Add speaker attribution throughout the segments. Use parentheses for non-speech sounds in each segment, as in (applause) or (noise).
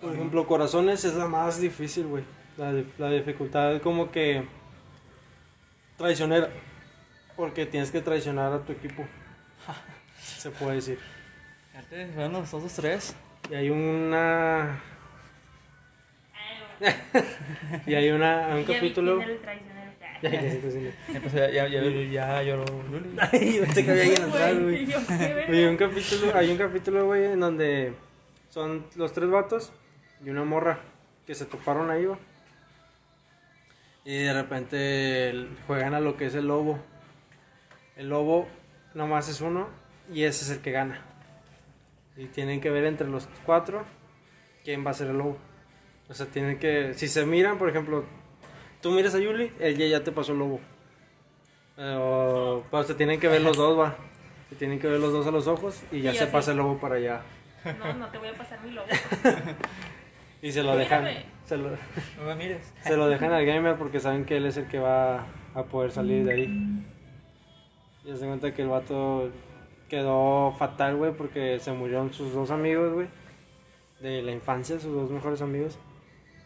Speaker 1: Por ejemplo, Corazones es la más difícil, güey. La, di- la dificultad es como que traicionera. Porque tienes que traicionar a tu (laughs) equipo. Se puede decir.
Speaker 2: Antes fueron nosotros tres.
Speaker 1: Y hay una. y hay una, un
Speaker 3: Ya vi
Speaker 1: capítulo.
Speaker 3: quién era el
Speaker 1: (laughs)
Speaker 3: traicionero.
Speaker 1: Ya, ya, sí, sí, sí.
Speaker 2: Empecé, ya, ya, ya, ya lloró Luli.
Speaker 1: (laughs) Ay, yo pensé que había alguien atrás,
Speaker 3: Güey,
Speaker 1: güey.
Speaker 3: yo,
Speaker 1: (laughs)
Speaker 3: qué verga.
Speaker 1: Hay un capítulo, hay un capítulo, güey, en donde son los tres vatos y una morra que se toparon ahí, güey. Y de repente el- juegan a lo que es el lobo. El lobo nomás es uno y ese es el que gana. Y tienen que ver entre los cuatro quién va a ser el lobo. O sea, tienen que, si se miran, por ejemplo, tú miras a Yuli, ella ya te pasó el lobo. Pero, pues, se tienen que ver los dos, va. Se tienen que ver los dos a los ojos y ya
Speaker 3: Y
Speaker 1: se
Speaker 3: así.
Speaker 1: pasa el lobo para allá.
Speaker 3: No, no te voy a pasar mi lobo.
Speaker 1: Y se lo dejan.
Speaker 3: Mírame.
Speaker 1: Se lo,
Speaker 2: No me mires.
Speaker 1: se lo dejan al gamer porque saben que él es el que va a poder salir de ahí. Ya se cuenta que el vato quedó fatal, güey, porque se murieron sus dos amigos, güey. De la infancia, sus dos mejores amigos.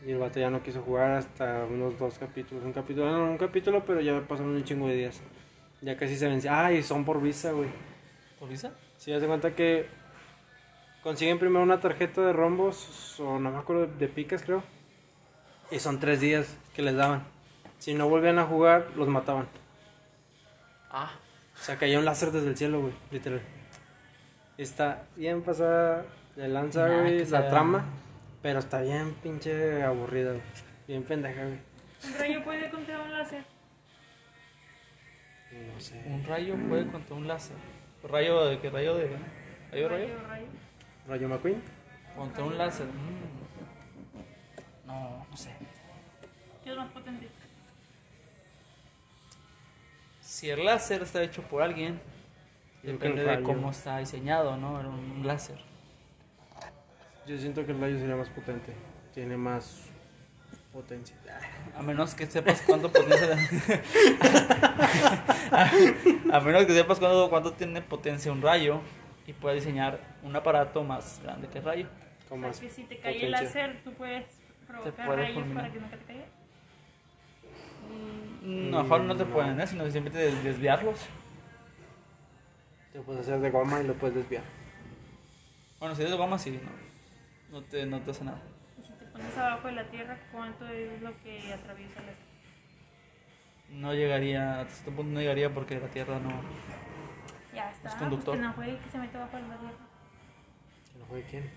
Speaker 1: Y el vato ya no quiso jugar hasta unos dos capítulos. Un capítulo, no, un capítulo, pero ya pasaron un chingo de días. Ya casi se vencía. Ah, y son por visa, güey.
Speaker 2: ¿Por Lisa?
Speaker 1: Si ya se cuenta que consiguen primero una tarjeta de rombos o no me acuerdo de picas creo. Y son tres días que les daban. Si no volvían a jugar, los mataban.
Speaker 2: Ah.
Speaker 1: O sea, caía un láser desde el cielo, güey, literal. Está bien pasada de lanza,
Speaker 2: Nah,
Speaker 1: güey,
Speaker 2: que
Speaker 1: la
Speaker 2: sea-
Speaker 1: trama. Pero está bien pinche aburrida, güey. Bien pendeja, güey.
Speaker 3: Un rayo puede contra un láser.
Speaker 1: No sé.
Speaker 2: Un rayo puede contra un láser. ¿Rayo de qué? ¿Rayo de.? ¿Rayo, rayo?
Speaker 3: rayo.
Speaker 1: Rayo McQueen.
Speaker 2: Contra un láser. mm. No, no sé.
Speaker 3: Yo no puedo entender.
Speaker 2: Si el láser está hecho por alguien,
Speaker 1: Yo creo que el
Speaker 2: depende de
Speaker 1: rayo.
Speaker 2: cómo está diseñado, ¿no? Era un un láser.
Speaker 1: Yo siento que el rayo sería más potente. Tiene más potencia.
Speaker 2: A menos que sepas cuánto potencia. (laughs) a, menos que sepas cuánto, cuánto tiene potencia un rayo y puedas diseñar un aparato más grande que el rayo.
Speaker 1: Con
Speaker 3: O
Speaker 1: más
Speaker 3: sea, que si te cae el
Speaker 1: potencia.
Speaker 3: láser, tú puedes provocar
Speaker 2: puede
Speaker 3: rayos
Speaker 2: fulminar.
Speaker 3: para que nunca te caiga.
Speaker 2: No, mejor no te
Speaker 1: Mm, no.
Speaker 2: pueden, ¿eh? sino simplemente des- desviarlos.
Speaker 1: Te puedes hacer de goma y lo puedes desviar.
Speaker 2: Bueno, si es de goma, sí, no. No te, no te hace nada.
Speaker 3: Y si te pones abajo de la tierra, ¿cuánto es lo que atraviesa el láser?
Speaker 2: No llegaría, hasta este punto no llegaría porque la Tierra no.
Speaker 3: Ya está.
Speaker 2: Es
Speaker 3: pues
Speaker 2: conductor.
Speaker 3: que no juegue que se mete abajo de la tierra.
Speaker 1: ¿Que no juegue quién?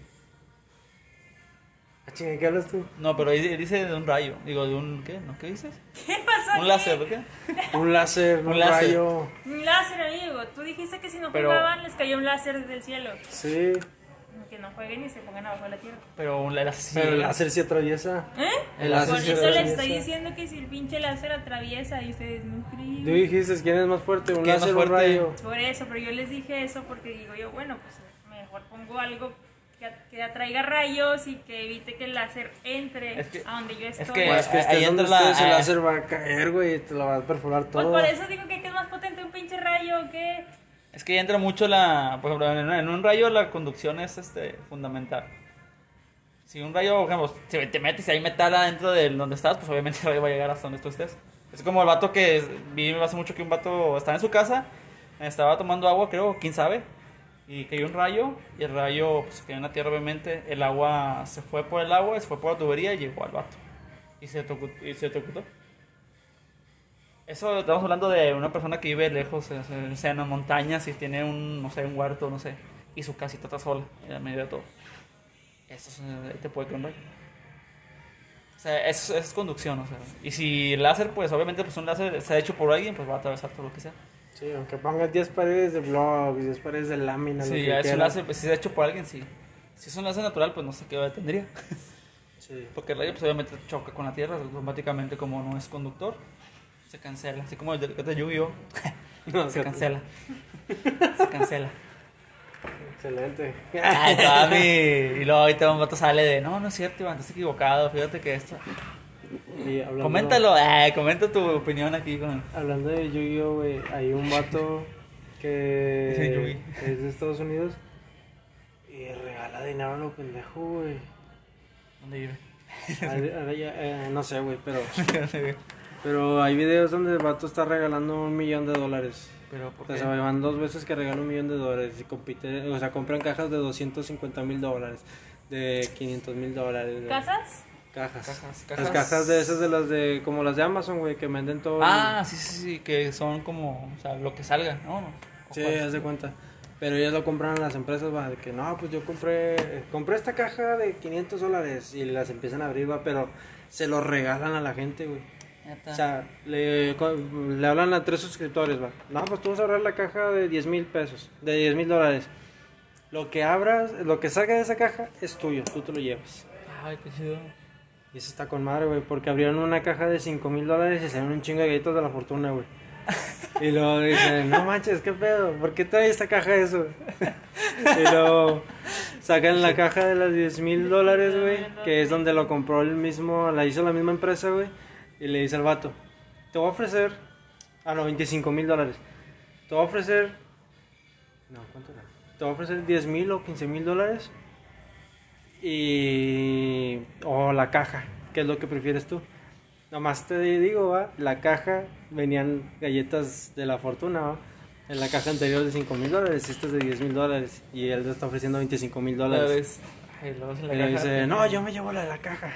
Speaker 1: Ah, chinga, ¿qué hablas tú?
Speaker 2: No, pero ahí dice de un rayo. Digo, de un. ¿Qué? ¿No? ¿Qué dices?
Speaker 3: ¿Qué pasó?
Speaker 2: Un
Speaker 3: aquí?
Speaker 2: láser, ¿qué?
Speaker 1: Un láser, un,
Speaker 2: Un láser.
Speaker 1: rayo.
Speaker 3: Un láser, amigo. Tú dijiste que si no
Speaker 2: Pero-
Speaker 3: jugaban, les caía un láser desde el cielo.
Speaker 1: Sí,
Speaker 3: Que no jueguen y se pongan abajo de la tierra.
Speaker 2: Pero un láser. sí
Speaker 1: pero el
Speaker 2: llega.
Speaker 1: láser se atraviesa.
Speaker 3: ¿Eh?
Speaker 1: El
Speaker 2: Ah,
Speaker 3: Por
Speaker 1: láser se
Speaker 3: eso les estoy
Speaker 1: atraviesa.
Speaker 3: diciendo que si el pinche láser atraviesa y ustedes no creen.
Speaker 1: Tú dijiste, ¿quién es más fuerte? ¿Un
Speaker 2: ¿Quién es
Speaker 1: láser o
Speaker 2: más
Speaker 1: un
Speaker 2: fuerte?
Speaker 1: rayo?
Speaker 3: Por eso, pero yo les dije eso porque digo yo, bueno, pues mejor pongo algo que, at- que atraiga rayos y que evite que el láser entre
Speaker 2: Es que-
Speaker 3: a donde yo estoy.
Speaker 2: que-
Speaker 1: Pues que
Speaker 2: Eh, ahí
Speaker 1: estés donde
Speaker 2: entra la-
Speaker 1: estés, el
Speaker 2: ah.
Speaker 1: láser va a caer, güey, y te lo va a perforar
Speaker 3: Pues
Speaker 1: todo.
Speaker 3: por eso digo que, que es más potente un pinche rayo que...
Speaker 2: Es que ya entra mucho la. Por ejemplo, en un- en un rayo la conducción es este, fundamental. Si un rayo, por ejemplo, si te metes y hay metal adentro de donde estás, pues obviamente (laughs) el rayo va a llegar hasta donde tú estés. Es como el vato que es- vi hace mucho que un vato estaba en su casa, estaba tomando agua, creo, quién sabe, y cayó un rayo, y el rayo pues, cayó en la tierra, obviamente. El agua se fue por el agua, se fue por la tubería y llegó al vato. Y se tocu- y se electrocutó. Eso estamos hablando de una persona que vive lejos, o sea, o sea, en las montañas y tiene un, no sé, un huerto, no sé, y su casita está sola, en medio de todo. Eso es, eh, te puede caer un rayo. O sea, eso, eso es conducción, o sea. Y si el láser, pues obviamente, pues un láser está hecho por alguien, pues va a atravesar todo lo que sea.
Speaker 1: Sí, aunque pongas 10 paredes de blog, 10 paredes de lámina, lo
Speaker 2: Si
Speaker 1: que
Speaker 2: es un
Speaker 1: quieras.
Speaker 2: láser, pues si está hecho por alguien, sí. Si es un láser natural, pues no sé qué tendría.
Speaker 1: Sí.
Speaker 2: Porque el rayo, pues obviamente choca con la tierra, automáticamente, como no es conductor, se cancela. Así como el de, de Yu-Gi-Oh!
Speaker 1: (laughs) No,
Speaker 2: se
Speaker 1: se
Speaker 2: cancela. Se
Speaker 1: (laughs)
Speaker 2: cancela.
Speaker 1: Excelente.
Speaker 2: Ay, Tommy. Y luego ahorita un vato sale de, no, no es cierto, Iván, estás equivocado, fíjate que esto.
Speaker 1: Y hablando-
Speaker 2: Coméntalo, ay, comenta tu opinión aquí con...
Speaker 1: Hablando de Yu-Gi-Oh, güey, hay un vato
Speaker 2: Ese
Speaker 1: que (laughs)
Speaker 2: Yu-Gi.
Speaker 1: es de Estados Unidos y regala dinero a lo pendejo, güey.
Speaker 2: ¿Dónde vive?
Speaker 1: Ahí- ahí, eh, (laughs) no sé, güey, pero,
Speaker 2: ¿Dónde vive?
Speaker 1: pero hay videos donde el vato está regalando un millón de dólares.
Speaker 2: Pero, ¿por
Speaker 1: O sea,
Speaker 2: qué?
Speaker 1: se van dos veces que regala un millón de dólares y compite, o sea, compran cajas de 250 mil dólares, de 500 mil dólares. güey.
Speaker 3: ¿Casas?
Speaker 1: Cajas.
Speaker 2: Cajas,
Speaker 1: Las
Speaker 2: cajas.
Speaker 1: cajas de esas de las de, como las de Amazon, güey, que venden todo. el-
Speaker 2: Ah, sí, sí, sí, que son como, o sea, lo que salga, ¿no? ¿O
Speaker 1: Sí,
Speaker 2: cuál?
Speaker 1: haz de cuenta. Pero ellos lo compran a las empresas, va, de que no, pues yo compré, compré esta caja de 500 dólares y las empiezan a abrir, va, pero se lo regalan a la gente, güey.
Speaker 2: Neta.
Speaker 1: O sea, le, co- le hablan a tres suscriptores, va. No, pues tú vas a abrir la caja de 10 mil pesos, de 10 mil dólares. Lo que abras, lo que salga de esa caja es tuyo, tú te lo llevas.
Speaker 2: Ay, qué chido.
Speaker 1: Y eso está con madre, güey, porque abrieron una caja de 5 mil dólares y salieron un chingo de galletas de la fortuna, güey. Y luego dicen, no manches, qué pedo, ¿por qué trae esta caja eso? Y luego sacan la caja de las 10 mil dólares, güey, que es donde lo compró el mismo, la hizo la misma empresa, güey, y le dice al vato, te voy a ofrecer, ah, no, 25 mil dólares, te voy a ofrecer, no, ¿cuánto era? Te voy a ofrecer 10 mil o 15 mil dólares y o la caja, ¿qué es lo que prefieres tú? Nomás te digo, va, la caja venían galletas de la fortuna, va. En la caja anterior de 5 mil dólares, esta es de 10 mil dólares y él le está ofreciendo 25 mil dólares.
Speaker 2: Dólares. Ay, luego se
Speaker 1: Y
Speaker 2: la
Speaker 1: le
Speaker 2: caja.
Speaker 1: dice, no, yo me llevo la de la caja.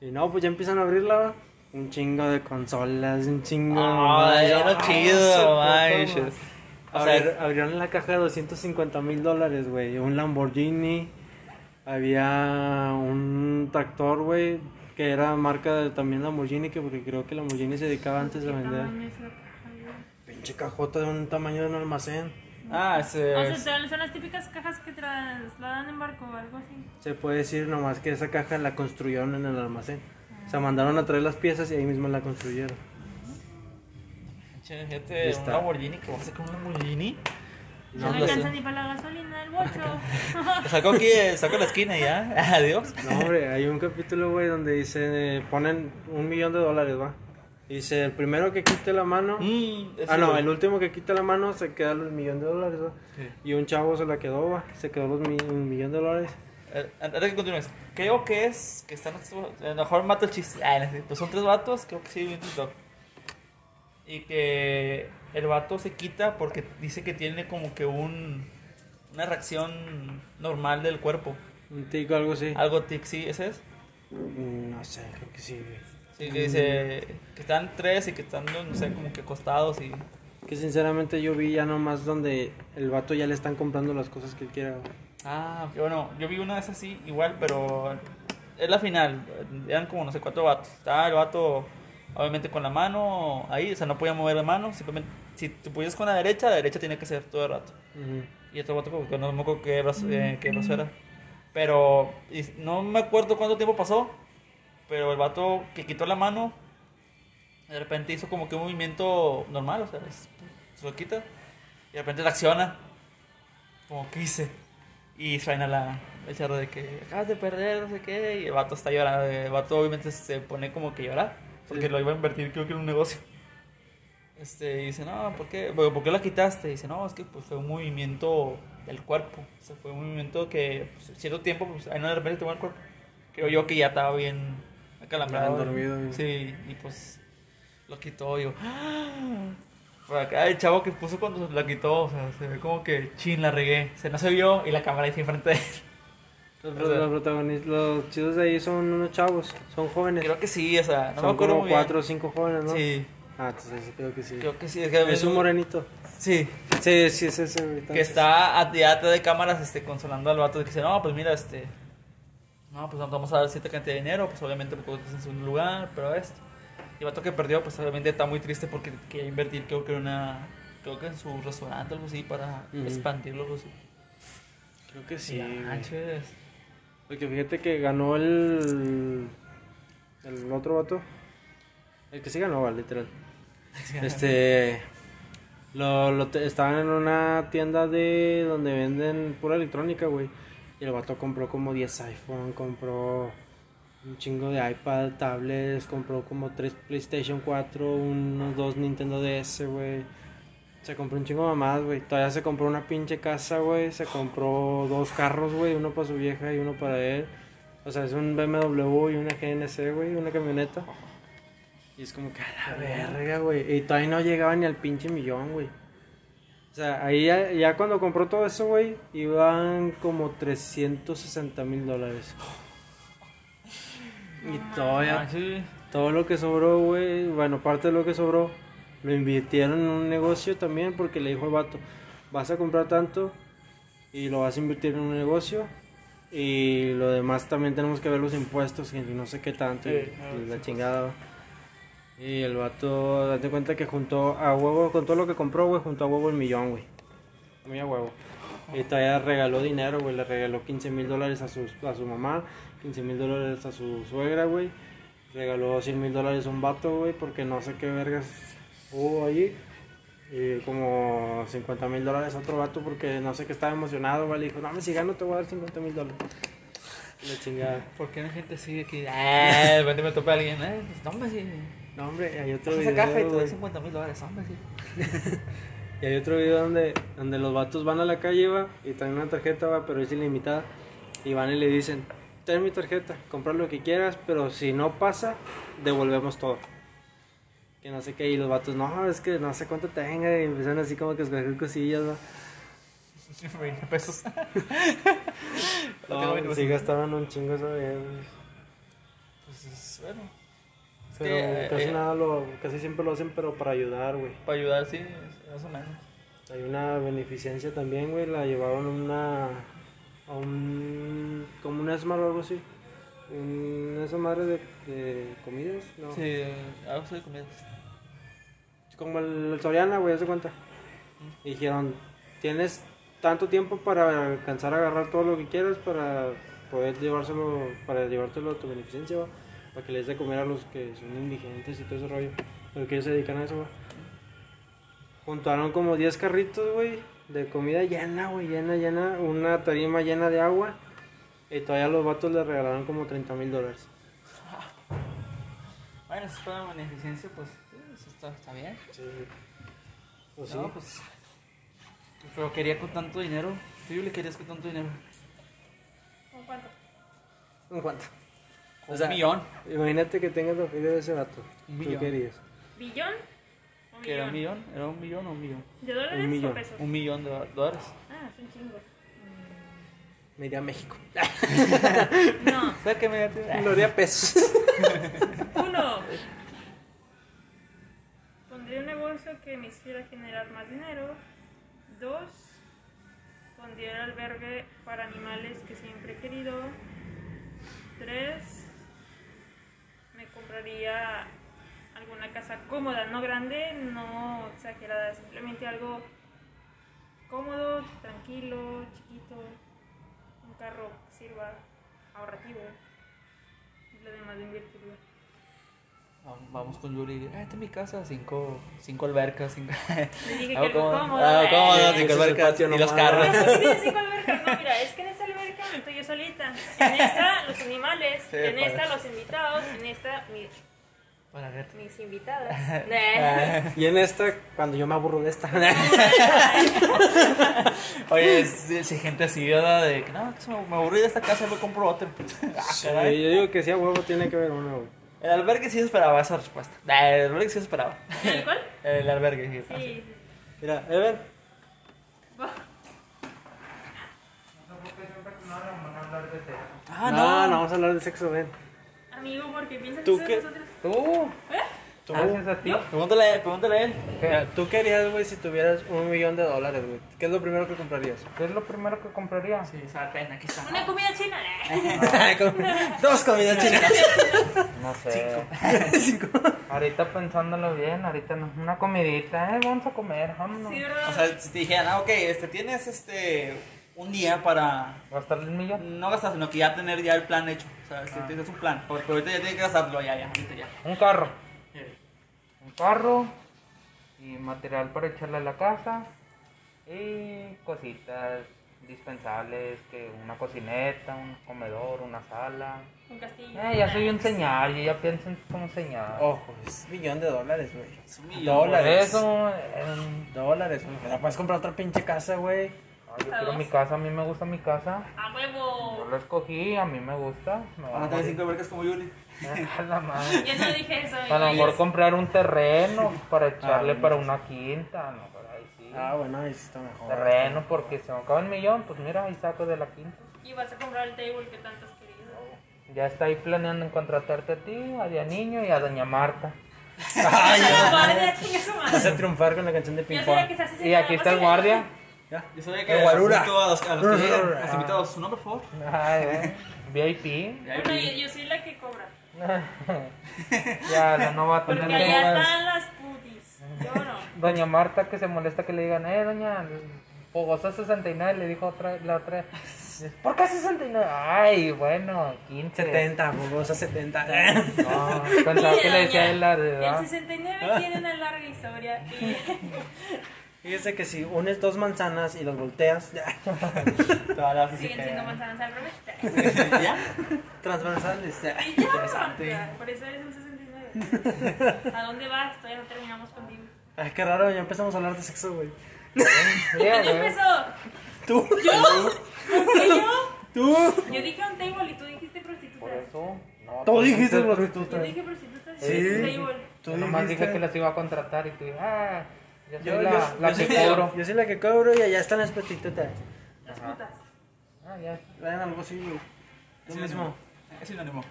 Speaker 1: Y no, pues ya empiezan a abrirla, va. Un chingo de consolas, un chingo de
Speaker 2: Ay,
Speaker 1: mamadas.
Speaker 2: era
Speaker 1: Ah, su
Speaker 2: chido,
Speaker 1: puta
Speaker 2: manches.
Speaker 1: madre.
Speaker 2: O sea,
Speaker 1: Abrir- abrieron la caja de 250 mil dólares, güey. Un Lamborghini. Había un tractor, güey. Que era marca de también Lamborghini. Que porque creo que Lamborghini se dedicaba antes a
Speaker 3: ¿Qué
Speaker 1: vender.
Speaker 3: tamaño es la caja, güey?
Speaker 1: Pinche cajota de un tamaño de un almacén.
Speaker 2: ah, ese
Speaker 3: O
Speaker 2: es-
Speaker 3: sea, son las típicas cajas que trasladan en barco o algo así.
Speaker 1: Se puede decir nomás que esa caja la construyeron en el almacén. O sea, mandaron a traer las piezas y ahí mismo la construyeron.
Speaker 2: Che, fíjate,
Speaker 1: Ya
Speaker 2: un
Speaker 1: está.
Speaker 2: Lamborghini, que va a sacar un Lamborghini.
Speaker 3: No,
Speaker 2: No,
Speaker 3: me
Speaker 2: no sé.
Speaker 3: alcanza ni para la gasolina del bocho.
Speaker 2: Sacó aquí, sacó la esquina y ya. (laughs) Adiós.
Speaker 1: No, hombre, hay un capítulo, güey, donde dice: eh, ponen un millón de dólares, va. Dice: el primero que quite la mano.
Speaker 2: Mm,
Speaker 1: Ah,
Speaker 2: ese
Speaker 1: no,
Speaker 2: güey.
Speaker 1: el último que quita la mano se queda el millón de dólares, ¿va?
Speaker 2: Sí.
Speaker 1: Y un chavo se la quedó, ¿va? Se quedó los mi- un millón de dólares.
Speaker 2: Eh, Antes de que continúes, creo que es que están. estos- A lo mejor mato el chiste. Ah, no sé, pues son tres vatos, creo que sí, vi en TikTok. Y que el vato se quita porque dice que tiene como que un. Una reacción normal del cuerpo.
Speaker 1: Un tico, algo así.
Speaker 2: Algo tic, sí, ese es.
Speaker 1: Mm, No sé, creo que sí, güey.
Speaker 2: Sí, que dice que están tres y que están, no sé, como que acostados y.
Speaker 1: Que sinceramente yo vi ya nomás donde el vato ya le están comprando las cosas que él quiera, ¿va?
Speaker 2: Ah, ok, bueno, yo vi una de esas así, igual, pero es la final. Eran como, no sé, cuatro vatos. Estaba el vato, obviamente, con la mano ahí, o sea, no podía mover la mano. Simplemente, si tú pudieras con la derecha, la derecha tiene que ser todo el rato.
Speaker 1: Ujú.
Speaker 2: Y otro vato, como que no me acuerdo qué brazo, eh, qué brazo era. Pero y no me acuerdo cuánto tiempo pasó, pero el vato que quitó la mano, de repente hizo como que un movimiento normal, o sea, es- se lo quita. Y de repente reacciona, como que hice. Y suena la, el charro de que acabas de perder, no sé qué. Y el vato está llorando. El vato obviamente se pone como que llorar. Porque
Speaker 1: Sí.
Speaker 2: lo iba a invertir, creo que en un negocio. Este, y dice, no, ¿por qué? Bueno, ¿Por qué la quitaste? Y dice, no, es que pues, fue un movimiento del cuerpo. O sea, fue un movimiento que pues, cierto tiempo, pues, ahí no de repente te va el cuerpo. Creo yo que ya estaba bien acalambrado.
Speaker 1: Bien dormido, bien.
Speaker 2: Sí, y pues lo quitó. y yo, ¡ah! Por acá el chavo que puso cuando la quitó, o sea, se ve como que chin, la regué. Se no se vio y la cámara ahí enfrente de él.
Speaker 1: (laughs) Los,
Speaker 2: O sea-
Speaker 1: los protagonistas, los chidos de ahí son unos chavos, son jóvenes.
Speaker 2: Creo que sí, o sea, no
Speaker 1: son
Speaker 2: me acuerdo
Speaker 1: como
Speaker 2: muy
Speaker 1: cuatro o
Speaker 2: bien.
Speaker 1: cinco jóvenes, ¿no?
Speaker 2: Sí,
Speaker 1: Ah, entonces creo que sí.
Speaker 2: creo que sí. Es, que-
Speaker 1: Es un morenito.
Speaker 2: Sí,
Speaker 1: Sí, sí, es ese, güey.
Speaker 2: que está at- ya atrás de cámaras este, consolando al vato de que dice, no, pues mira, este, no, pues vamos a dar cierta cantidad de dinero, pues obviamente porque estás en segundo lugar, pero esto. Y el vato que perdió, pues obviamente está muy triste porque quería invertir, creo que en una, creo que en su restaurante o algo así, para
Speaker 1: Ujú.
Speaker 2: expandirlo, algo así.
Speaker 1: Creo que sí, güey.
Speaker 2: Ah, Manches.
Speaker 1: Porque fíjate que ganó el. El otro vato. El que sí ganó, va, literal. Este. Lo, lo te- estaban en una tienda de donde venden pura electrónica, güey. Y el vato compró como 10 iPhone, compró un chingo de iPad, tablets, compró como 3 PlayStation 4, unos 2 Nintendo DS, güey. Se compró un chingo de mamadas, güey. Todavía se compró una pinche casa, güey. Se compró dos carros, güey. Uno para su vieja y uno para él. O sea, es un BMW y una GNC, güey, una camioneta. Y es como que a la verga, güey. Y todavía no llegaba ni al pinche millón, güey. O sea, ahí ya, ya cuando compró todo eso, güey, iban como 360 mil dólares. Y todavía
Speaker 2: Ah, sí.
Speaker 1: todo lo que sobró, güey, bueno, parte de lo que sobró, lo invirtieron en un negocio también porque le dijo el vato, vas a comprar tanto y lo vas a invertir en un negocio y lo demás también tenemos que ver los impuestos y no sé qué tanto y,
Speaker 2: Sí, ah,
Speaker 1: y la
Speaker 2: sí,
Speaker 1: chingada. Y el vato, date cuenta que juntó a huevo, con todo lo que compró, güey, juntó a huevo el millón, güey. Muy a huevo. Y todavía regaló dinero, güey. Le regaló 15 mil dólares a su, a su mamá, 15 mil dólares a su suegra, güey. Regaló 100 mil dólares a un vato, güey, porque no sé qué vergas hubo allí. Y como 50 mil dólares a otro vato porque no sé qué estaba emocionado, güey. Le dijo, no, me si gano te voy a dar 50 mil dólares. La chingada.
Speaker 2: ¿Por qué la gente sigue aquí? Ah, de repente me topa alguien. Eh, pues, hombre, sí.
Speaker 1: No, hombre, hay otro
Speaker 2: Vas a esa caja Pues y te
Speaker 1: video,
Speaker 2: doy
Speaker 1: güey.
Speaker 2: 50 mil dólares, hombre, sí.
Speaker 1: Y hay otro video donde, donde los vatos van a la calle, va, y traen una tarjeta, va, pero es ilimitada. Y van y le dicen, ten mi tarjeta, compra lo que quieras, pero si no pasa, devolvemos todo. Que no sé qué, y los vatos, no, es que no sé cuánto tenga, y empiezan así como que a escoger cosillas, va.
Speaker 2: (laughs) 20 pesos.
Speaker 1: No, sí gastaban un chingo eso
Speaker 2: Pues es, bueno. Es
Speaker 1: Pero
Speaker 2: que, eh,
Speaker 1: casi
Speaker 2: eh,
Speaker 1: nada lo, casi siempre lo hacen, pero para ayudar, güey.
Speaker 2: Para ayudar, sí, es- más o menos.
Speaker 1: Hay una beneficencia también, güey, la llevaron a una a un como un esmar o algo así. Un, esa madre de, de comidas, no.
Speaker 2: Sí, eh, algo soy de comida.
Speaker 1: Como el, el Soriana, güey, haz de cuenta. Y dijeron, "Tienes tanto tiempo para alcanzar a agarrar todo lo que quieras para poder llevárselo para llevártelo a tu beneficencia, va, para que les dé comer a los que son indigentes y todo ese rollo." Pero que ellos se dedican a eso, güey. Juntaron como 10 carritos, güey, de comida llena, güey, llena, llena. Una tarima llena de agua. Y todavía los vatos le regalaron como 30 mil dólares.
Speaker 2: Bueno, si es para beneficencia, pues sí, eso está, está bien.
Speaker 1: Sí. Pues
Speaker 2: No,
Speaker 1: sí.
Speaker 2: pues. Pero quería con tanto dinero. Tú yo le querías con tanto dinero.
Speaker 3: ¿Cómo cuánto?
Speaker 1: ¿En cuánto?
Speaker 2: Un millón.
Speaker 1: Imagínate que tengas los videos de ese vato.
Speaker 2: Un
Speaker 1: ¿Tú
Speaker 2: millón.
Speaker 1: qué harías?
Speaker 3: ¿Billón? ¿Un
Speaker 2: ¿Que era un
Speaker 3: millón?
Speaker 2: millón? ¿Era un millón o un millón?
Speaker 3: ¿De dólares
Speaker 1: Un millón.
Speaker 3: o pesos?
Speaker 2: Un millón de dólares.
Speaker 3: Ah, es un chingo.
Speaker 1: Me iría a (laughs) México.
Speaker 3: Mm, No,
Speaker 2: ¿Sabes qué me
Speaker 1: Lo haría pesos.
Speaker 3: uno. Pondría un negocio que me hiciera generar más dinero. Dos. Pondría el albergue para animales que siempre he querido. Tres. Me compraría alguna casa cómoda, no grande, no exagerada, simplemente algo cómodo, tranquilo, chiquito. Un carro que sirva, ahorrativo. Y lo demás lo invertiría.
Speaker 2: Vamos con Yuri. Ah, esta es mi casa. Cinco, cinco albercas.
Speaker 3: (laughs)
Speaker 2: Cinco...
Speaker 3: Le dije que
Speaker 2: Ah,
Speaker 3: algo
Speaker 2: cómodo.
Speaker 3: cómodo.
Speaker 2: Ah,
Speaker 3: eh.
Speaker 2: cómodo,
Speaker 1: Ese
Speaker 2: cinco
Speaker 1: es el
Speaker 2: albercas.
Speaker 1: patio
Speaker 2: Y los
Speaker 1: nomás.
Speaker 2: carros.
Speaker 3: Pero ¿por qué tiene cinco albercas? No, mira, es que en esta alberca no estoy yo solita. En esta, los animales.
Speaker 2: Sí, pues.
Speaker 3: en esta,
Speaker 2: padre.
Speaker 3: los invitados. En esta, mi-
Speaker 2: (laughs) Para ver.
Speaker 3: mis invitadas.
Speaker 2: (laughs)
Speaker 3: Nah.
Speaker 1: y en esta, cuando yo me aburro de esta.
Speaker 2: Oye, es, es gente así, ¿verdad? De que no, que me aburrí de esta casa, me compro otra. (laughs) Ah,
Speaker 1: Sí, yo
Speaker 2: caray.
Speaker 1: digo que sí, a huevo tiene que ver uno, güey.
Speaker 2: El albergue sí esperaba esa respuesta. Ah, El albergue sí esperaba.
Speaker 3: ¿El cuál?
Speaker 2: El albergue sí. esperaba.
Speaker 3: Sí.
Speaker 1: Mira, Ever,
Speaker 2: Ah,
Speaker 1: no, no vamos a hablar de sexo, ven.
Speaker 3: Amigo, ¿por qué piensas
Speaker 1: ¿Tú
Speaker 3: eso de
Speaker 1: qué?
Speaker 3: nosotros?
Speaker 2: Uh,
Speaker 3: ¿Eh?
Speaker 1: Tú. Tú.
Speaker 4: Gracias a ti.
Speaker 2: Pregúntale a él,
Speaker 1: (laughs)
Speaker 2: pregúntale a él.
Speaker 1: Ah, Mira, ¿Tú qué harías, güey, si tuvieras un millón de dólares, güey? ¿Qué es lo primero que comprarías?
Speaker 4: ¿Qué es lo primero que compraría?
Speaker 2: Sí, sartén, aquí está.
Speaker 3: Una comida china.
Speaker 1: Dos comidas chinas.
Speaker 4: No sé.
Speaker 2: (laughs)
Speaker 4: Ahorita pensándolo bien, ahorita no. Una comidita, eh, vamos a comer, vámonos.
Speaker 3: Sí,
Speaker 2: O
Speaker 3: ¿verdad?
Speaker 2: sea, si te dijeran, ah, ok, este, tienes este, un día para
Speaker 4: Gastar el millón.
Speaker 2: no gastar, sino que ya tener ya el plan hecho. O sea, si tienes un plan, pero pero ahorita ya tienes que gastarlo, ya, ya, ahorita ya.
Speaker 4: Un carro. Un carro. Y material para echarle a la casa. Y cositas dispensables, que una cocineta, un comedor, una sala.
Speaker 3: Un castillo.
Speaker 4: Eh, ya soy un señal, yo ya pienso en como señal.
Speaker 2: Oh,
Speaker 1: Ojo, es un millón de dólares, güey.
Speaker 2: Es un millón.
Speaker 4: Por
Speaker 1: Dólares.
Speaker 4: eso, eh,
Speaker 1: Dólares, güey. Pero puedes comprar otra pinche casa, güey.
Speaker 4: ah, yo
Speaker 3: Hasta
Speaker 4: quiero
Speaker 3: dos.
Speaker 4: mi casa, a mí me gusta mi casa.
Speaker 3: ¡A
Speaker 4: Yo
Speaker 3: huevo!
Speaker 4: la escogí, a mí me gusta. Me va
Speaker 2: Van
Speaker 4: a
Speaker 2: a tener
Speaker 4: morir.
Speaker 2: Ah, cinco albercas como Yuli.
Speaker 4: (laughs) A la madre.
Speaker 3: Yo no dije eso.
Speaker 4: A lo
Speaker 3: yo
Speaker 4: mejor
Speaker 3: ya-
Speaker 4: comprar un terreno para echarle
Speaker 2: no,
Speaker 4: para
Speaker 2: sí.
Speaker 4: una quinta, no, pero ahí sí.
Speaker 1: Ah, bueno, ahí sí está mejor.
Speaker 4: Terreno, porque se me acaba el millón, pues mira, ahí saco de la quinta.
Speaker 3: Y vas a comprar el table que tanto has querido.
Speaker 4: Ya está ahí planeando en contratarte a ti, a Día Niño y a Doña Marta.
Speaker 3: ¡Ay, la guardia, chinga su madre!
Speaker 1: Hacer triunfar con la canción de
Speaker 3: Yo
Speaker 1: Pink
Speaker 3: sabía que se hace
Speaker 4: Y aquí está el
Speaker 1: (laughs)
Speaker 4: guardia.
Speaker 1: Ya.
Speaker 2: Yo sabía
Speaker 1: El
Speaker 2: que
Speaker 1: guarura.
Speaker 2: junto a los, a los que llegan, a
Speaker 1: Ah.
Speaker 2: los invitados, su nombre, por favor.
Speaker 4: Ay, eh, VIP.
Speaker 3: Bueno, yo, yo soy la que cobra.
Speaker 4: (laughs) Ya, la novata.
Speaker 3: Porque
Speaker 4: Doña,
Speaker 3: allá están las putis. Yo no.
Speaker 4: Doña Marta que se molesta que le digan, eh, Doña, Fogosa 69, le dijo otra, la otra. ¿Por qué 69? Ay, bueno, 15.
Speaker 1: 70, fogosa 70.
Speaker 4: No, pensaba
Speaker 3: Mire,
Speaker 4: que le decía
Speaker 3: doña,
Speaker 4: él la de edad.
Speaker 3: El 69
Speaker 4: (laughs)
Speaker 3: tiene una larga historia. Y
Speaker 1: Fíjese que si unes dos manzanas y las volteas, (laughs) ya,
Speaker 2: Todas
Speaker 3: (laughs)
Speaker 2: las así
Speaker 3: siguen
Speaker 2: que-
Speaker 3: siendo manzanas al
Speaker 4: (laughs)
Speaker 3: revés.
Speaker 2: ¿Ya?
Speaker 1: transversales, ya.
Speaker 3: Y yo,
Speaker 2: Interesante.
Speaker 3: o sea, por eso eres un
Speaker 4: (laughs)
Speaker 3: 69. ¿A dónde vas? Todavía no terminamos contigo.
Speaker 1: Ay, qué raro, ya empezamos a hablar de sexo, güey.
Speaker 4: Ya,
Speaker 3: ¿Quién
Speaker 4: güey.
Speaker 3: empezó?
Speaker 1: Tú,
Speaker 3: ¿Yo? ¿Por qué yo?
Speaker 1: tú,
Speaker 3: Yo dije un table y tú dijiste prostituta.
Speaker 4: Por eso. No,
Speaker 1: tú dijiste
Speaker 4: entonces,
Speaker 1: prostituta.
Speaker 3: Yo dije prostituta y
Speaker 1: Sí.
Speaker 3: dijiste table.
Speaker 1: Tú
Speaker 4: yo nomás
Speaker 1: dijiste.
Speaker 4: dije que las iba a contratar y tú, ah, yo soy
Speaker 1: Yo,
Speaker 4: la,
Speaker 1: yo-
Speaker 4: la
Speaker 1: yo
Speaker 4: que
Speaker 1: soy la-
Speaker 4: cobro.
Speaker 1: yo soy la que cobro y allá están las prostitutas.
Speaker 3: Las putas.
Speaker 4: Ah, ya.
Speaker 1: Vean algo así, güey. Lo
Speaker 2: Es
Speaker 1: mismo.
Speaker 2: sinónimo. Es sinónimo.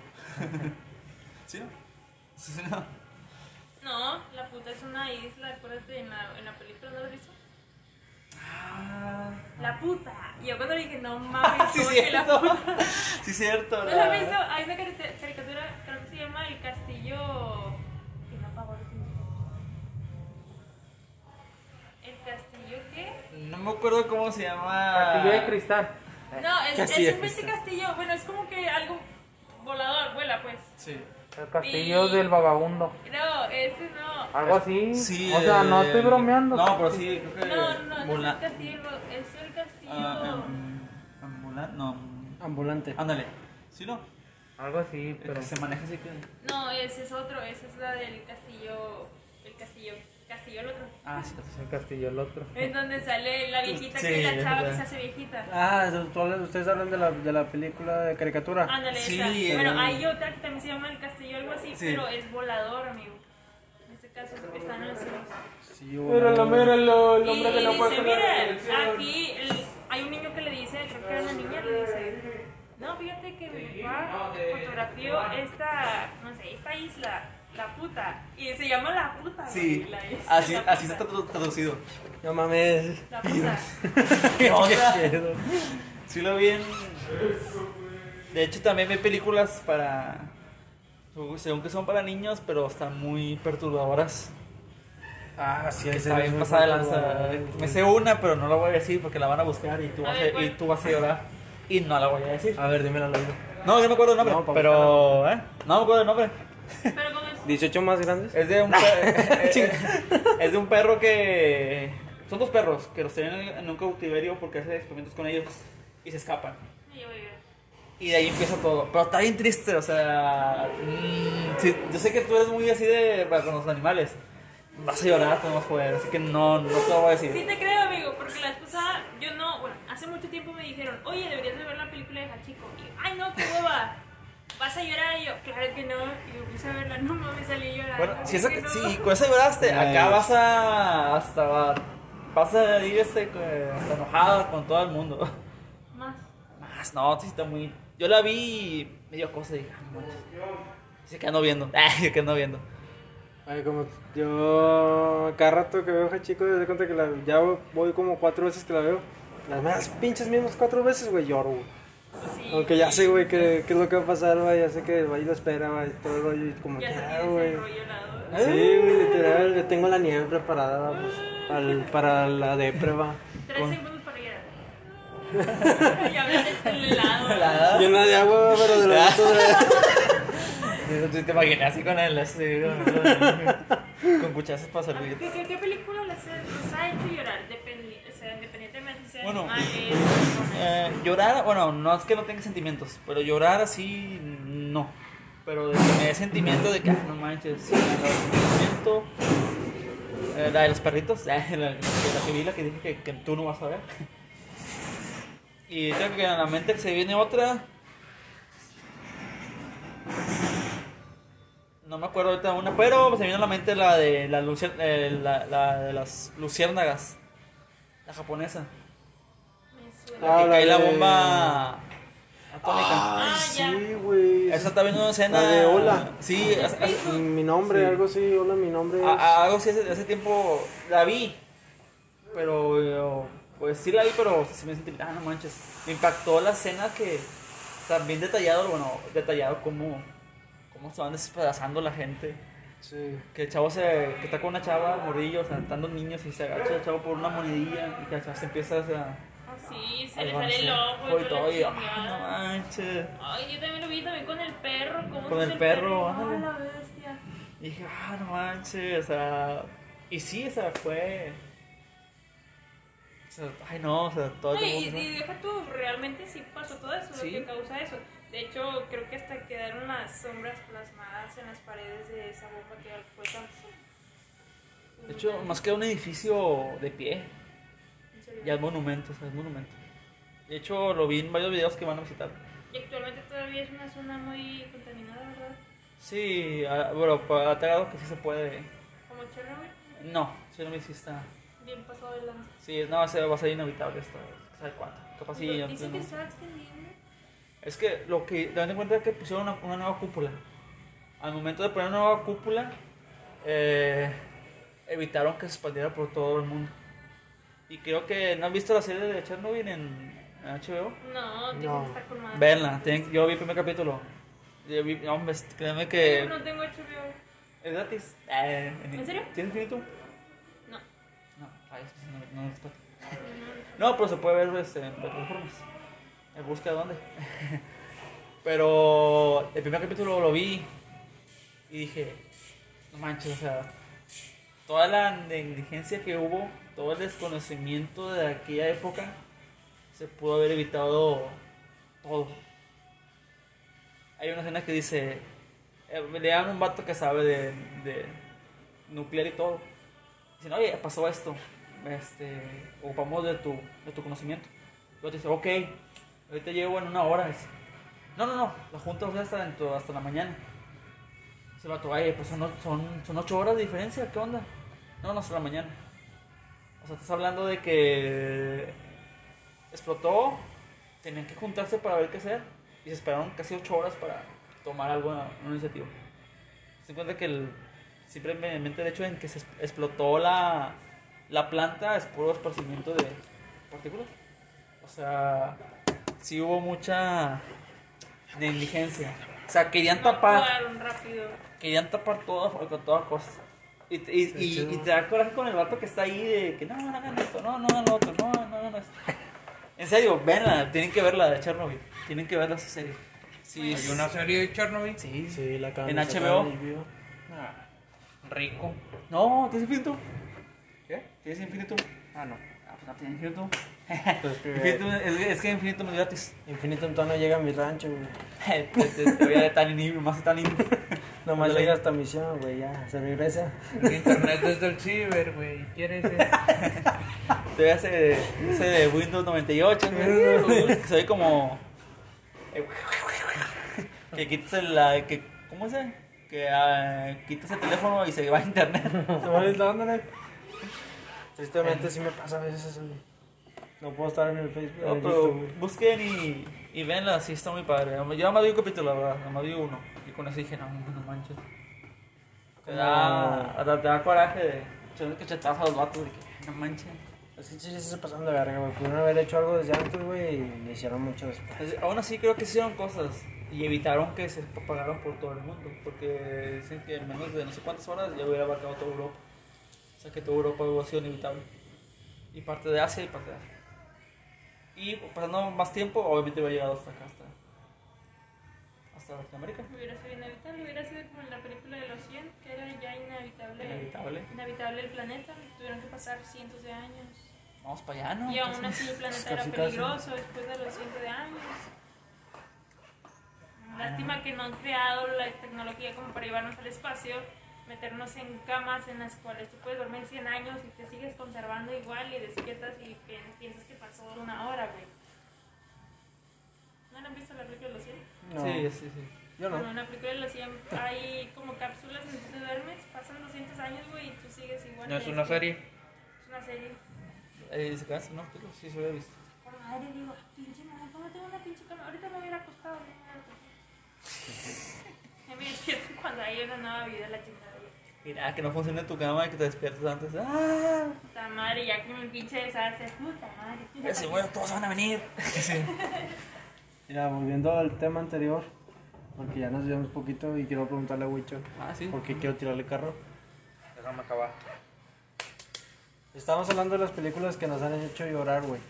Speaker 2: ¿Sí no? Sí, sí, no.
Speaker 3: No, la puta es una isla, acuérdate en la, en la película ¿no lo has visto? La puta. Y yo cuando le dije,
Speaker 2: (laughs)
Speaker 3: no mames,
Speaker 2: Ah. Sí,
Speaker 3: ¿cómo que la
Speaker 2: cierto.
Speaker 3: puta?
Speaker 2: (laughs) Sí, cierto.
Speaker 3: ¿No lo has visto? Hay una carita- caricatura, creo que se llama El Castillo. que no apagó los incendios. ¿El castillo qué?
Speaker 2: No me acuerdo cómo se llama.
Speaker 4: Castillo de cristal.
Speaker 2: Eh,
Speaker 3: No, es, es
Speaker 1: Castillo,
Speaker 3: un este castillo. Bueno, es como que algo volador, vuela pues.
Speaker 2: Sí.
Speaker 4: El castillo
Speaker 3: Y-
Speaker 4: del vagabundo.
Speaker 3: No, ese no.
Speaker 2: Ah,
Speaker 4: Algo así.
Speaker 2: Sí,
Speaker 4: o sea, no
Speaker 2: eh,
Speaker 4: estoy bromeando.
Speaker 2: No, pero sí, creo que.
Speaker 3: No, no, no es
Speaker 2: Mulan-
Speaker 3: el castillo, es el castillo.
Speaker 2: Ah, em, em, Mulan, no. mm,
Speaker 1: Ambulante.
Speaker 2: Ándale. ¿Sí no?
Speaker 4: Algo así,
Speaker 2: El
Speaker 4: pero.
Speaker 2: que se maneja así que.
Speaker 3: No, ese es otro, esa es la del castillo, el castillo, castillo el otro.
Speaker 2: Ah, sí, sí.
Speaker 4: El castillo el otro.
Speaker 3: En donde sale la viejita
Speaker 2: Sí,
Speaker 3: que la
Speaker 2: es
Speaker 3: chava que
Speaker 2: verdad.
Speaker 3: se hace viejita.
Speaker 1: Ah, tú hablas- ustedes hablan de la, de la película de caricatura.
Speaker 3: Ándale,
Speaker 2: Sí,
Speaker 3: esa.
Speaker 2: el-
Speaker 3: Bueno, hay otra que también se llama el castillo algo así,
Speaker 2: Sí.
Speaker 3: pero es volador, amigo. En este caso están en los cielos.
Speaker 1: Sí, bueno.
Speaker 4: míralo,
Speaker 3: Y dice, mira, aquí el- hay un niño que le dice, creo que era una niña, le dice, no, fíjate que mi papá fotografió esta, no sé, esta isla, la puta, y se llama la puta. güey,
Speaker 2: Sí.
Speaker 3: la isla,
Speaker 2: Así,
Speaker 3: la
Speaker 2: así está
Speaker 3: puta,
Speaker 2: tradu-
Speaker 1: (laughs)
Speaker 2: traducido.
Speaker 1: No mames.
Speaker 3: La puta.
Speaker 2: (laughs) ¿Qué onda?
Speaker 1: pedo.
Speaker 2: Sí lo vi en... De hecho, también vi películas para... Según que son para niños, pero están muy perturbadoras.
Speaker 1: Ah, sí, hay
Speaker 2: Está
Speaker 1: seres
Speaker 2: bien
Speaker 1: muy
Speaker 2: pasada de lanza.
Speaker 1: perturbadores,
Speaker 2: Me
Speaker 1: güey.
Speaker 2: sé una, pero no la voy a decir porque la van a buscar y tú
Speaker 3: A
Speaker 2: vas
Speaker 3: ver,
Speaker 2: a, y
Speaker 3: ¿cuál?
Speaker 2: tú vas a llorar. Y no la voy a decir.
Speaker 1: A ver, dímela al oído.
Speaker 2: No, yo me acuerdo el nombre,
Speaker 1: No, pa'
Speaker 2: pero... ¿eh? No me acuerdo el nombre.
Speaker 3: Pero como es,
Speaker 1: 18 más grandes.
Speaker 2: Es de un perro, eh, es de un perro que son dos perros que los tienen en un cautiverio porque hacen experimentos con ellos y se escapan.
Speaker 3: Ay, yo voy a llorar.
Speaker 2: Y de ahí empieza todo. Pero está bien triste, o sea. mm, sí, yo sé que tú eres muy así de. para con los animales. Vas a llorar, te vas a poder. Así que no, no te lo voy a
Speaker 3: Sí
Speaker 2: decir.
Speaker 3: te creo, amigo, porque la esposa, yo no, bueno, hace mucho tiempo me dijeron, oye, deberías de ver la película de Hachiko. Y yo, ay, no, qué hueva. ¿Vas a llorar? Y yo, claro que no. Y me puse a verla, no mames, salí llorando.
Speaker 2: Bueno, si, esa,
Speaker 3: que no.
Speaker 2: si con esa lloraste,
Speaker 1: Ay.
Speaker 2: acá vas a. hasta. vas a ir este, eh, hasta enojada con todo el mundo.
Speaker 3: Más.
Speaker 2: Más, no, sí está muy. Yo la vi y me dio cosa y dije, "Ah, manches". Se quedó viendo. (laughs) Ah, se quedó viendo.
Speaker 1: Ay, como yo cada rato que veo a chico, desde cuenta que la, ya voy como cuatro veces que la veo. Las más pinches mismas cuatro veces, güey, lloro, güey.
Speaker 3: Sí.
Speaker 1: Aunque ya sé, güey, que, que es lo que va a pasar, güey. Ya sé que el lo espera, güey, todo el rollo. Y como que,
Speaker 3: Ya se
Speaker 1: ah,
Speaker 3: tiene
Speaker 1: güey.
Speaker 3: ese rollo helado.
Speaker 1: Sí, güey, literal, le tengo la nieve preparada pues, al- para la de prueba.
Speaker 3: Tres segundos para llorar. (laughs) y hablaste del helado.
Speaker 1: Llena de agua, pero de
Speaker 2: Ah,
Speaker 1: la
Speaker 2: (laughs) Tú te imaginas así con él, así, con, con cucharas para
Speaker 3: A mí,
Speaker 2: servir.
Speaker 3: ¿Qué, qué, qué película les, ha- les ha hecho llorar? Dependi o sea, independientemente si sean
Speaker 2: Bueno.
Speaker 3: animales, personas.
Speaker 2: Eh, llorar, bueno, no es que no tenga sentimientos, pero llorar así, no. Pero de que me dé sentimiento de que, ah, no manches, sí, me ha dado sentimiento. (laughs) Eh, la de los perritos, eh, la, la que vi, la que dije que, que tú no vas a ver. (laughs) Y tengo que en la mente que se viene otra. No me acuerdo ahorita una, pero se me vino a la mente la de la lucier- eh, la- la de las luciérnagas. La japonesa.
Speaker 3: Me suena.
Speaker 2: La
Speaker 1: Ah,
Speaker 2: que
Speaker 1: la
Speaker 2: cae la
Speaker 1: de-
Speaker 2: bomba atómica.
Speaker 3: Ah, ya.
Speaker 1: Sí, güey.
Speaker 2: Esa está viendo una escena.
Speaker 1: La de Hola.
Speaker 2: Sí, hace- hace-
Speaker 1: Mi nombre,
Speaker 2: Sí. Ah,
Speaker 1: algo así, hola, mi nombre.
Speaker 2: a- a- algo sí hace, hace tiempo la vi. Pero yo- pues sí la vi, pero se me sentí, ah, no manches. Me impactó la escena que también detallado, bueno, detallado cómo, cómo se van despedazando la gente.
Speaker 1: Sí.
Speaker 2: Que el chavo se. que está con una chava, morrillo, o sea, están dos niños y se agacha el chavo por una monedilla y que la chava se empieza a. a
Speaker 3: Ah, Sí, se le sale el
Speaker 2: desvanecer. y
Speaker 3: ojo. y
Speaker 2: todo,
Speaker 3: toda
Speaker 2: y,
Speaker 3: la
Speaker 2: ah, no
Speaker 3: chingada.
Speaker 2: manches.
Speaker 3: Ay, yo también lo vi también con el perro. ¿cómo
Speaker 2: Con
Speaker 3: se
Speaker 2: el
Speaker 3: hace
Speaker 2: perro,
Speaker 3: Ah,
Speaker 2: ándale.
Speaker 3: la bestia.
Speaker 2: Y dije, ah, no manches, o sea. Y sí, o sea, fue. O sea, ay, no, o sea, todo.
Speaker 3: No, y,
Speaker 2: todo-
Speaker 3: y deja tú, realmente sí pasó todo eso,
Speaker 2: Sí.
Speaker 3: lo que causa eso. De hecho, creo que hasta quedaron las sombras plasmadas en las paredes de esa bomba que fue tan...
Speaker 2: De hecho, más que un edificio de pie,
Speaker 3: En serio.
Speaker 2: ya es monumento, o sea, es monumento. De hecho, lo vi en varios videos que van a visitar.
Speaker 3: Y actualmente todavía es una zona muy contaminada, ¿verdad?
Speaker 2: Sí, ah, bueno, para atacado que sí se puede.
Speaker 3: Como Chernobyl,
Speaker 2: No, si no me hiciste.
Speaker 3: bien pasado de lanza.
Speaker 2: Sí, no, se va a ser inevitable esto. ¿Sabes cuánto? Capaz sí.
Speaker 3: Pero
Speaker 2: ya
Speaker 3: Dicen que
Speaker 2: tenemos-
Speaker 3: estaba extendiendo.
Speaker 2: Es que lo que. Ten en cuenta que pusieron una, una nueva cúpula. Al momento de poner una nueva cúpula, eh, evitaron que se expandiera por todo el mundo. Y creo que. ¿No han visto la serie de Chernobyl en, en HBO?
Speaker 3: No, dicen
Speaker 1: No.
Speaker 3: que está con madre.
Speaker 2: Verla, yo vi el primer capítulo. Yo vi, no, hombre, créeme que.
Speaker 3: No tengo HBO.
Speaker 2: Es gratis. Eh,
Speaker 3: ¿En serio?
Speaker 2: ¿Tienes infinito?
Speaker 3: No.
Speaker 2: No, ay, es que no, no, es para- no, pero se puede ver este, en plataformas. En busca de dónde. (laughs) pero el primer capítulo lo vi y dije, no manches, o sea, toda la negligencia que hubo, todo el desconocimiento de aquella época, se pudo haber evitado todo. Hay una escena que dice, eh, le dan un vato que sabe de, de nuclear y todo. Dicen, oye, pasó esto. Este, ocupamos de tu, de tu conocimiento. Luego te dice, ok, ahorita llego en una hora. Dice, no, no, no, la junta va a ser hasta, dentro- hasta la mañana. Dice el vato, oye, pues son, o- son, son ocho horas de diferencia, ¿qué onda? No, no, hasta la mañana. O sea, estás hablando de que explotó, tenían que juntarse para ver qué hacer y se esperaron casi ocho horas para tomar alguna una iniciativa. Se cuenta que el, simplemente el hecho en que se es- explotó la, la planta es puro esparcimiento de partículas. O sea, sí hubo mucha negligencia. O sea, querían tapar
Speaker 3: Actuaron rápido.
Speaker 2: querían tapar todo con toda costa. Y, y,
Speaker 1: Qué
Speaker 2: y,
Speaker 1: chido.
Speaker 2: y te da coraje con el vato que está ahí de que no, no hagan esto, no, no hagan lo otro, no, no hagan esto. En serio, venla, tienen que verla de Chernobyl, tienen que verla esa serie. Sí,
Speaker 4: ¿Hay una serie de Chernobyl?
Speaker 2: sí, sí.
Speaker 1: Sí, la acaban
Speaker 2: En
Speaker 1: de sacar
Speaker 2: HBO.
Speaker 1: en
Speaker 2: (laughs)
Speaker 4: Ah, rico.
Speaker 2: No, tienes infinito,
Speaker 4: ¿Qué?
Speaker 2: tienes infinito.
Speaker 4: Ah, no.
Speaker 2: Ah, pues no tienes infinito.
Speaker 1: Pues que-
Speaker 2: Infinito, es, es que infinito no es gratis. (laughs)
Speaker 1: Infinito entonces no llega a mi rancho, güey.
Speaker 2: te, te- te voy a dar tan inhibido, más tan inhibido.
Speaker 1: Nomás
Speaker 2: Ándale.
Speaker 1: llega hasta misión, güey, ya, se regresa.
Speaker 4: El internet es del ciber, güey. ¿Quieres? eh?
Speaker 2: Te voy a hacer ese de Windows 98, güey, que se ve como. Que quitas el. la- Que, ¿Cómo se? Que ah, quitas el teléfono y se va a internet.
Speaker 1: Ándale. Tristemente sí me pasa a veces eso, güey. No puedo estar en el Facebook.
Speaker 2: No,
Speaker 1: en el
Speaker 2: pero
Speaker 1: YouTube, güey.
Speaker 2: busquen y, y venla, sí está muy padre. Yo nada más vi un capítulo, la verdad, nada más vi uno. Y con eso dije, no, no manches. Te da, hasta te da coraje de echarle cachetazo a los vatos de que, no manches.
Speaker 1: Los chichis se están pasando de verga, güey. Pudieron haber hecho algo desde antes, güey, y le hicieron mucho después.
Speaker 2: Entonces, aún así creo que hicieron cosas y evitaron que se propagaran por todo el mundo, porque dicen que en menos de no sé cuántas horas ya hubiera abarcado toda Europa. O sea que toda Europa hubiera sido inevitable. Y parte de Asia y parte de África. Y pasando más tiempo, obviamente hubiera llegado hasta acá, hasta, hasta Latinoamérica.
Speaker 3: Hubiera sido inevitable, hubiera sido como en la película de los 100, que era ya inhabitable,
Speaker 2: Inevitable.
Speaker 3: inhabitable el planeta. Tuvieron que pasar cientos de años.
Speaker 2: Vamos para allá, ¿no?
Speaker 3: Y aún así el planeta era
Speaker 1: casi, casi.
Speaker 3: peligroso después de los cientos de años. Lástima que no han creado la tecnología como para llevarnos al espacio, meternos en camas en las cuales tú puedes dormir 100 años y te sigues conservando igual y despiertas y pi- piensas que pasó una hora, güey. ¿No han visto la película de los 100?
Speaker 1: No.
Speaker 2: Sí, sí, sí.
Speaker 1: Yo no.
Speaker 3: Bueno, en la película de los 100 hay como cápsulas en donde duermes, pasan 200 años, güey, y tú sigues igual.
Speaker 4: No es
Speaker 3: te
Speaker 4: una
Speaker 3: despiertas.
Speaker 4: serie.
Speaker 3: Es una serie.
Speaker 2: Eh, ¿Se quedan sin unos pilos? Sí, se lo había visto.
Speaker 3: Por madre, digo, pinche madre, ¿cómo tengo una pinche cama? Ahorita me hubiera acostado. no me hubiera acostado. (laughs) Ya me despierto cuando hay una nueva vida, la chingada. ya.
Speaker 2: Mira, que no funcione tu cama y que te despiertes antes. ¡Ah!
Speaker 3: Puta madre, ya que mi pinche deshace, puta madre.
Speaker 2: Si muero, todos van a venir.
Speaker 1: Mira, volviendo al tema anterior, porque ya nos llevamos poquito y quiero preguntarle a Huicho
Speaker 2: Ah, sí.
Speaker 1: por qué quiero tirarle carro.
Speaker 4: Déjame acabar.
Speaker 1: Estamos hablando de las películas que nos han hecho llorar, güey.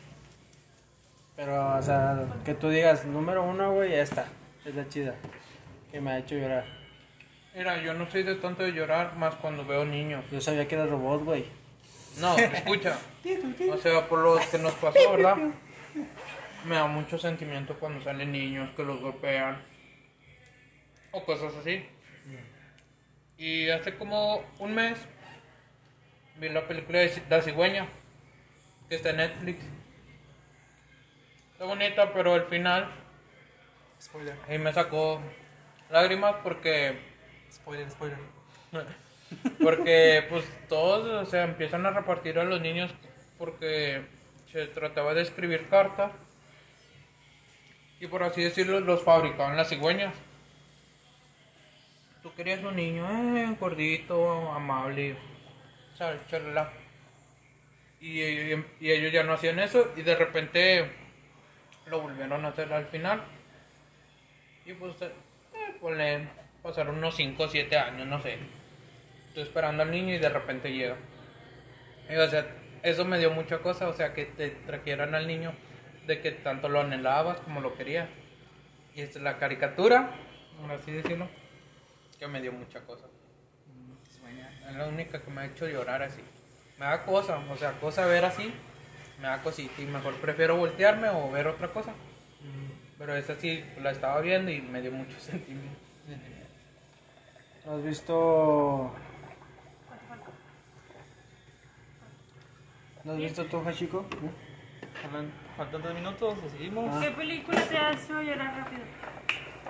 Speaker 1: Pero, o sea, que tú digas, número uno, güey, esta. Es la chida. Que me ha hecho llorar.
Speaker 4: Mira, yo no soy de tanto de llorar más cuando veo niños.
Speaker 1: Yo sabía que era robot, güey.
Speaker 4: No, escucha. O sea, por lo que nos pasó, ¿verdad? Me da mucho sentimiento cuando salen niños que los golpean. O cosas así. Y hace como un mes vi la película de La cigüeña. Que está en Netflix. Está bonita, pero al final
Speaker 5: Spoiler,
Speaker 4: ahí me sacó lágrimas porque
Speaker 5: spoiler, spoiler.
Speaker 4: Porque pues todos, o sea, empiezan a repartir a los niños porque se trataba de escribir cartas. Y por así decirlo, los fabricaban las cigüeñas. Tú querías un niño, eh, gordito, amable, sal, chalala. Y, y- y ellos ya no hacían eso y de repente lo volvieron a hacer al final. Y pues, eh, pues le pasaron unos 5 o 7 años, no sé. Estoy esperando al niño y de repente llega. Y, o sea, eso me dio mucha cosa, o sea, que te trajeran al niño de que tanto lo anhelabas como lo querías. Y esta es la caricatura, por así decirlo, que me dio mucha cosa. Es la única que me ha hecho llorar así. Me da cosa, o sea, cosa ver así, me da cosita y mejor prefiero voltearme o ver otra cosa. Pero esa sí la estaba viendo y me dio mucho (laughs) sentimiento.
Speaker 1: ¿Has visto. ¿No has visto tú, Hachiko?
Speaker 2: Faltan, faltan tres minutos, o seguimos.
Speaker 3: ¿Qué película te ha hecho llorar rápido?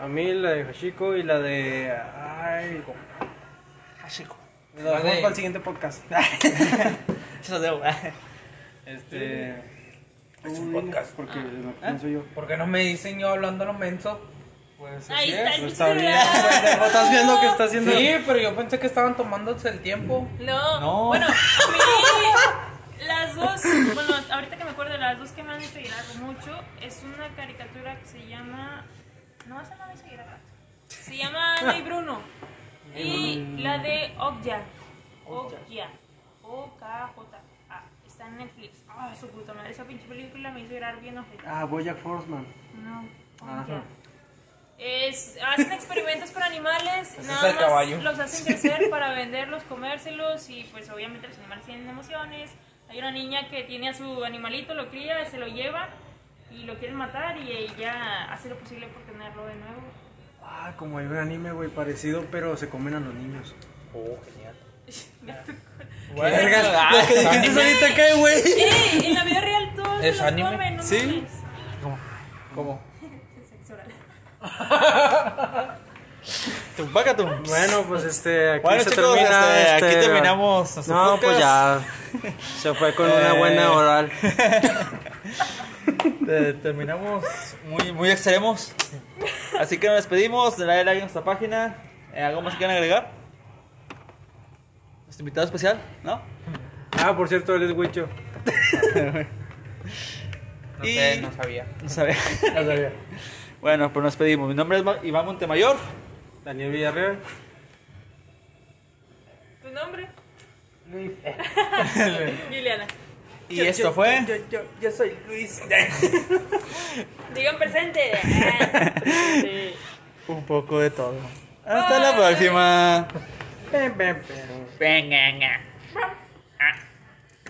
Speaker 1: A mí la de Hachiko y la de. Ay,
Speaker 2: Ah, chico.
Speaker 1: la
Speaker 4: La
Speaker 1: dejamos
Speaker 4: de-
Speaker 1: para el siguiente (laughs) podcast.
Speaker 2: Se los debo.
Speaker 1: Este.
Speaker 4: Es un podcast.
Speaker 1: Porque lo pienso yo.
Speaker 4: ¿Por qué no me dicen yo hablando lo menso?
Speaker 2: Pues así
Speaker 3: Ahí está
Speaker 2: es.
Speaker 3: el
Speaker 1: Está bien,
Speaker 3: celular. (laughs)
Speaker 1: pendejo, estás viendo que está haciendo.
Speaker 4: Sí, pero yo pensé que estaban tomándose el tiempo.
Speaker 3: No.
Speaker 2: No.
Speaker 3: Bueno, a mí las dos, bueno, ahorita que me acuerdo, las dos que me han hecho llorar mucho es una caricatura que se llama. No, esa no me hizo llorar tanto. Se llama Ana y Bruno. Y la de Okja. Okja. O-K-J-A. Está en Netflix. Ah, su puta madre. Esa pinche película me hizo llorar bien ojete.
Speaker 1: Ah, Bojack Horseman.
Speaker 3: No,
Speaker 1: Ajá.
Speaker 3: ya. Es, hacen experimentos con animales,
Speaker 4: Ese es
Speaker 3: nada
Speaker 4: el
Speaker 3: más
Speaker 4: caballo.
Speaker 3: los hacen
Speaker 4: (laughs)
Speaker 3: crecer para venderlos, comérselos y pues obviamente los animales tienen emociones. Hay una niña que tiene a su animalito, lo cría, se lo lleva y lo quieren matar y ella hace lo posible por tenerlo de
Speaker 4: (laughs)
Speaker 3: nuevo.
Speaker 1: Ah, como hay un anime, güey, parecido, pero se comen a los niños.
Speaker 4: Oh, genial.
Speaker 1: Vergas, lo que dijiste ahorita qué, güey.
Speaker 3: Eh, en la vida real todos se
Speaker 4: ¿Es
Speaker 3: los
Speaker 4: anime?
Speaker 3: comen, ¿no?
Speaker 2: Sí.
Speaker 3: mames.
Speaker 4: ¿Cómo?
Speaker 3: Sexo oral.
Speaker 2: Tú, paga tú.
Speaker 1: Bueno, pues este, aquí
Speaker 2: Bueno,
Speaker 1: se
Speaker 2: chicos,
Speaker 1: termina.
Speaker 2: este, aquí
Speaker 1: este,
Speaker 2: terminamos nuestro
Speaker 1: No, pues
Speaker 2: podcast.
Speaker 1: ya. Se fue con (laughs) una
Speaker 2: Eh.
Speaker 1: buena oral.
Speaker 2: Te- terminamos muy, muy extremos. Así que nos despedimos. Denle like a nuestra página. Eh, ¿Algo más que quieran agregar? Nuestro invitado especial, ¿no?
Speaker 1: Ah, por cierto, él es Huicho.
Speaker 4: No
Speaker 2: Y-
Speaker 4: sé, no sabía.
Speaker 2: No sabe.
Speaker 1: Ya sabía.
Speaker 2: (laughs) Bueno, pues nos despedimos. Mi nombre es Ma- Iván Montemayor.
Speaker 1: Daniel Villarreal.
Speaker 3: ¿Tu nombre? (laughs)
Speaker 4: (laughs)
Speaker 3: Juliana.
Speaker 2: Y esto fue.
Speaker 1: Yo, yo soy Luis.
Speaker 3: Digan
Speaker 4: (laughs)
Speaker 3: presente. Ah, presente.
Speaker 2: Un poco de todo. Hasta la próxima.
Speaker 1: Ven, ven, ven.
Speaker 2: Venga, venga.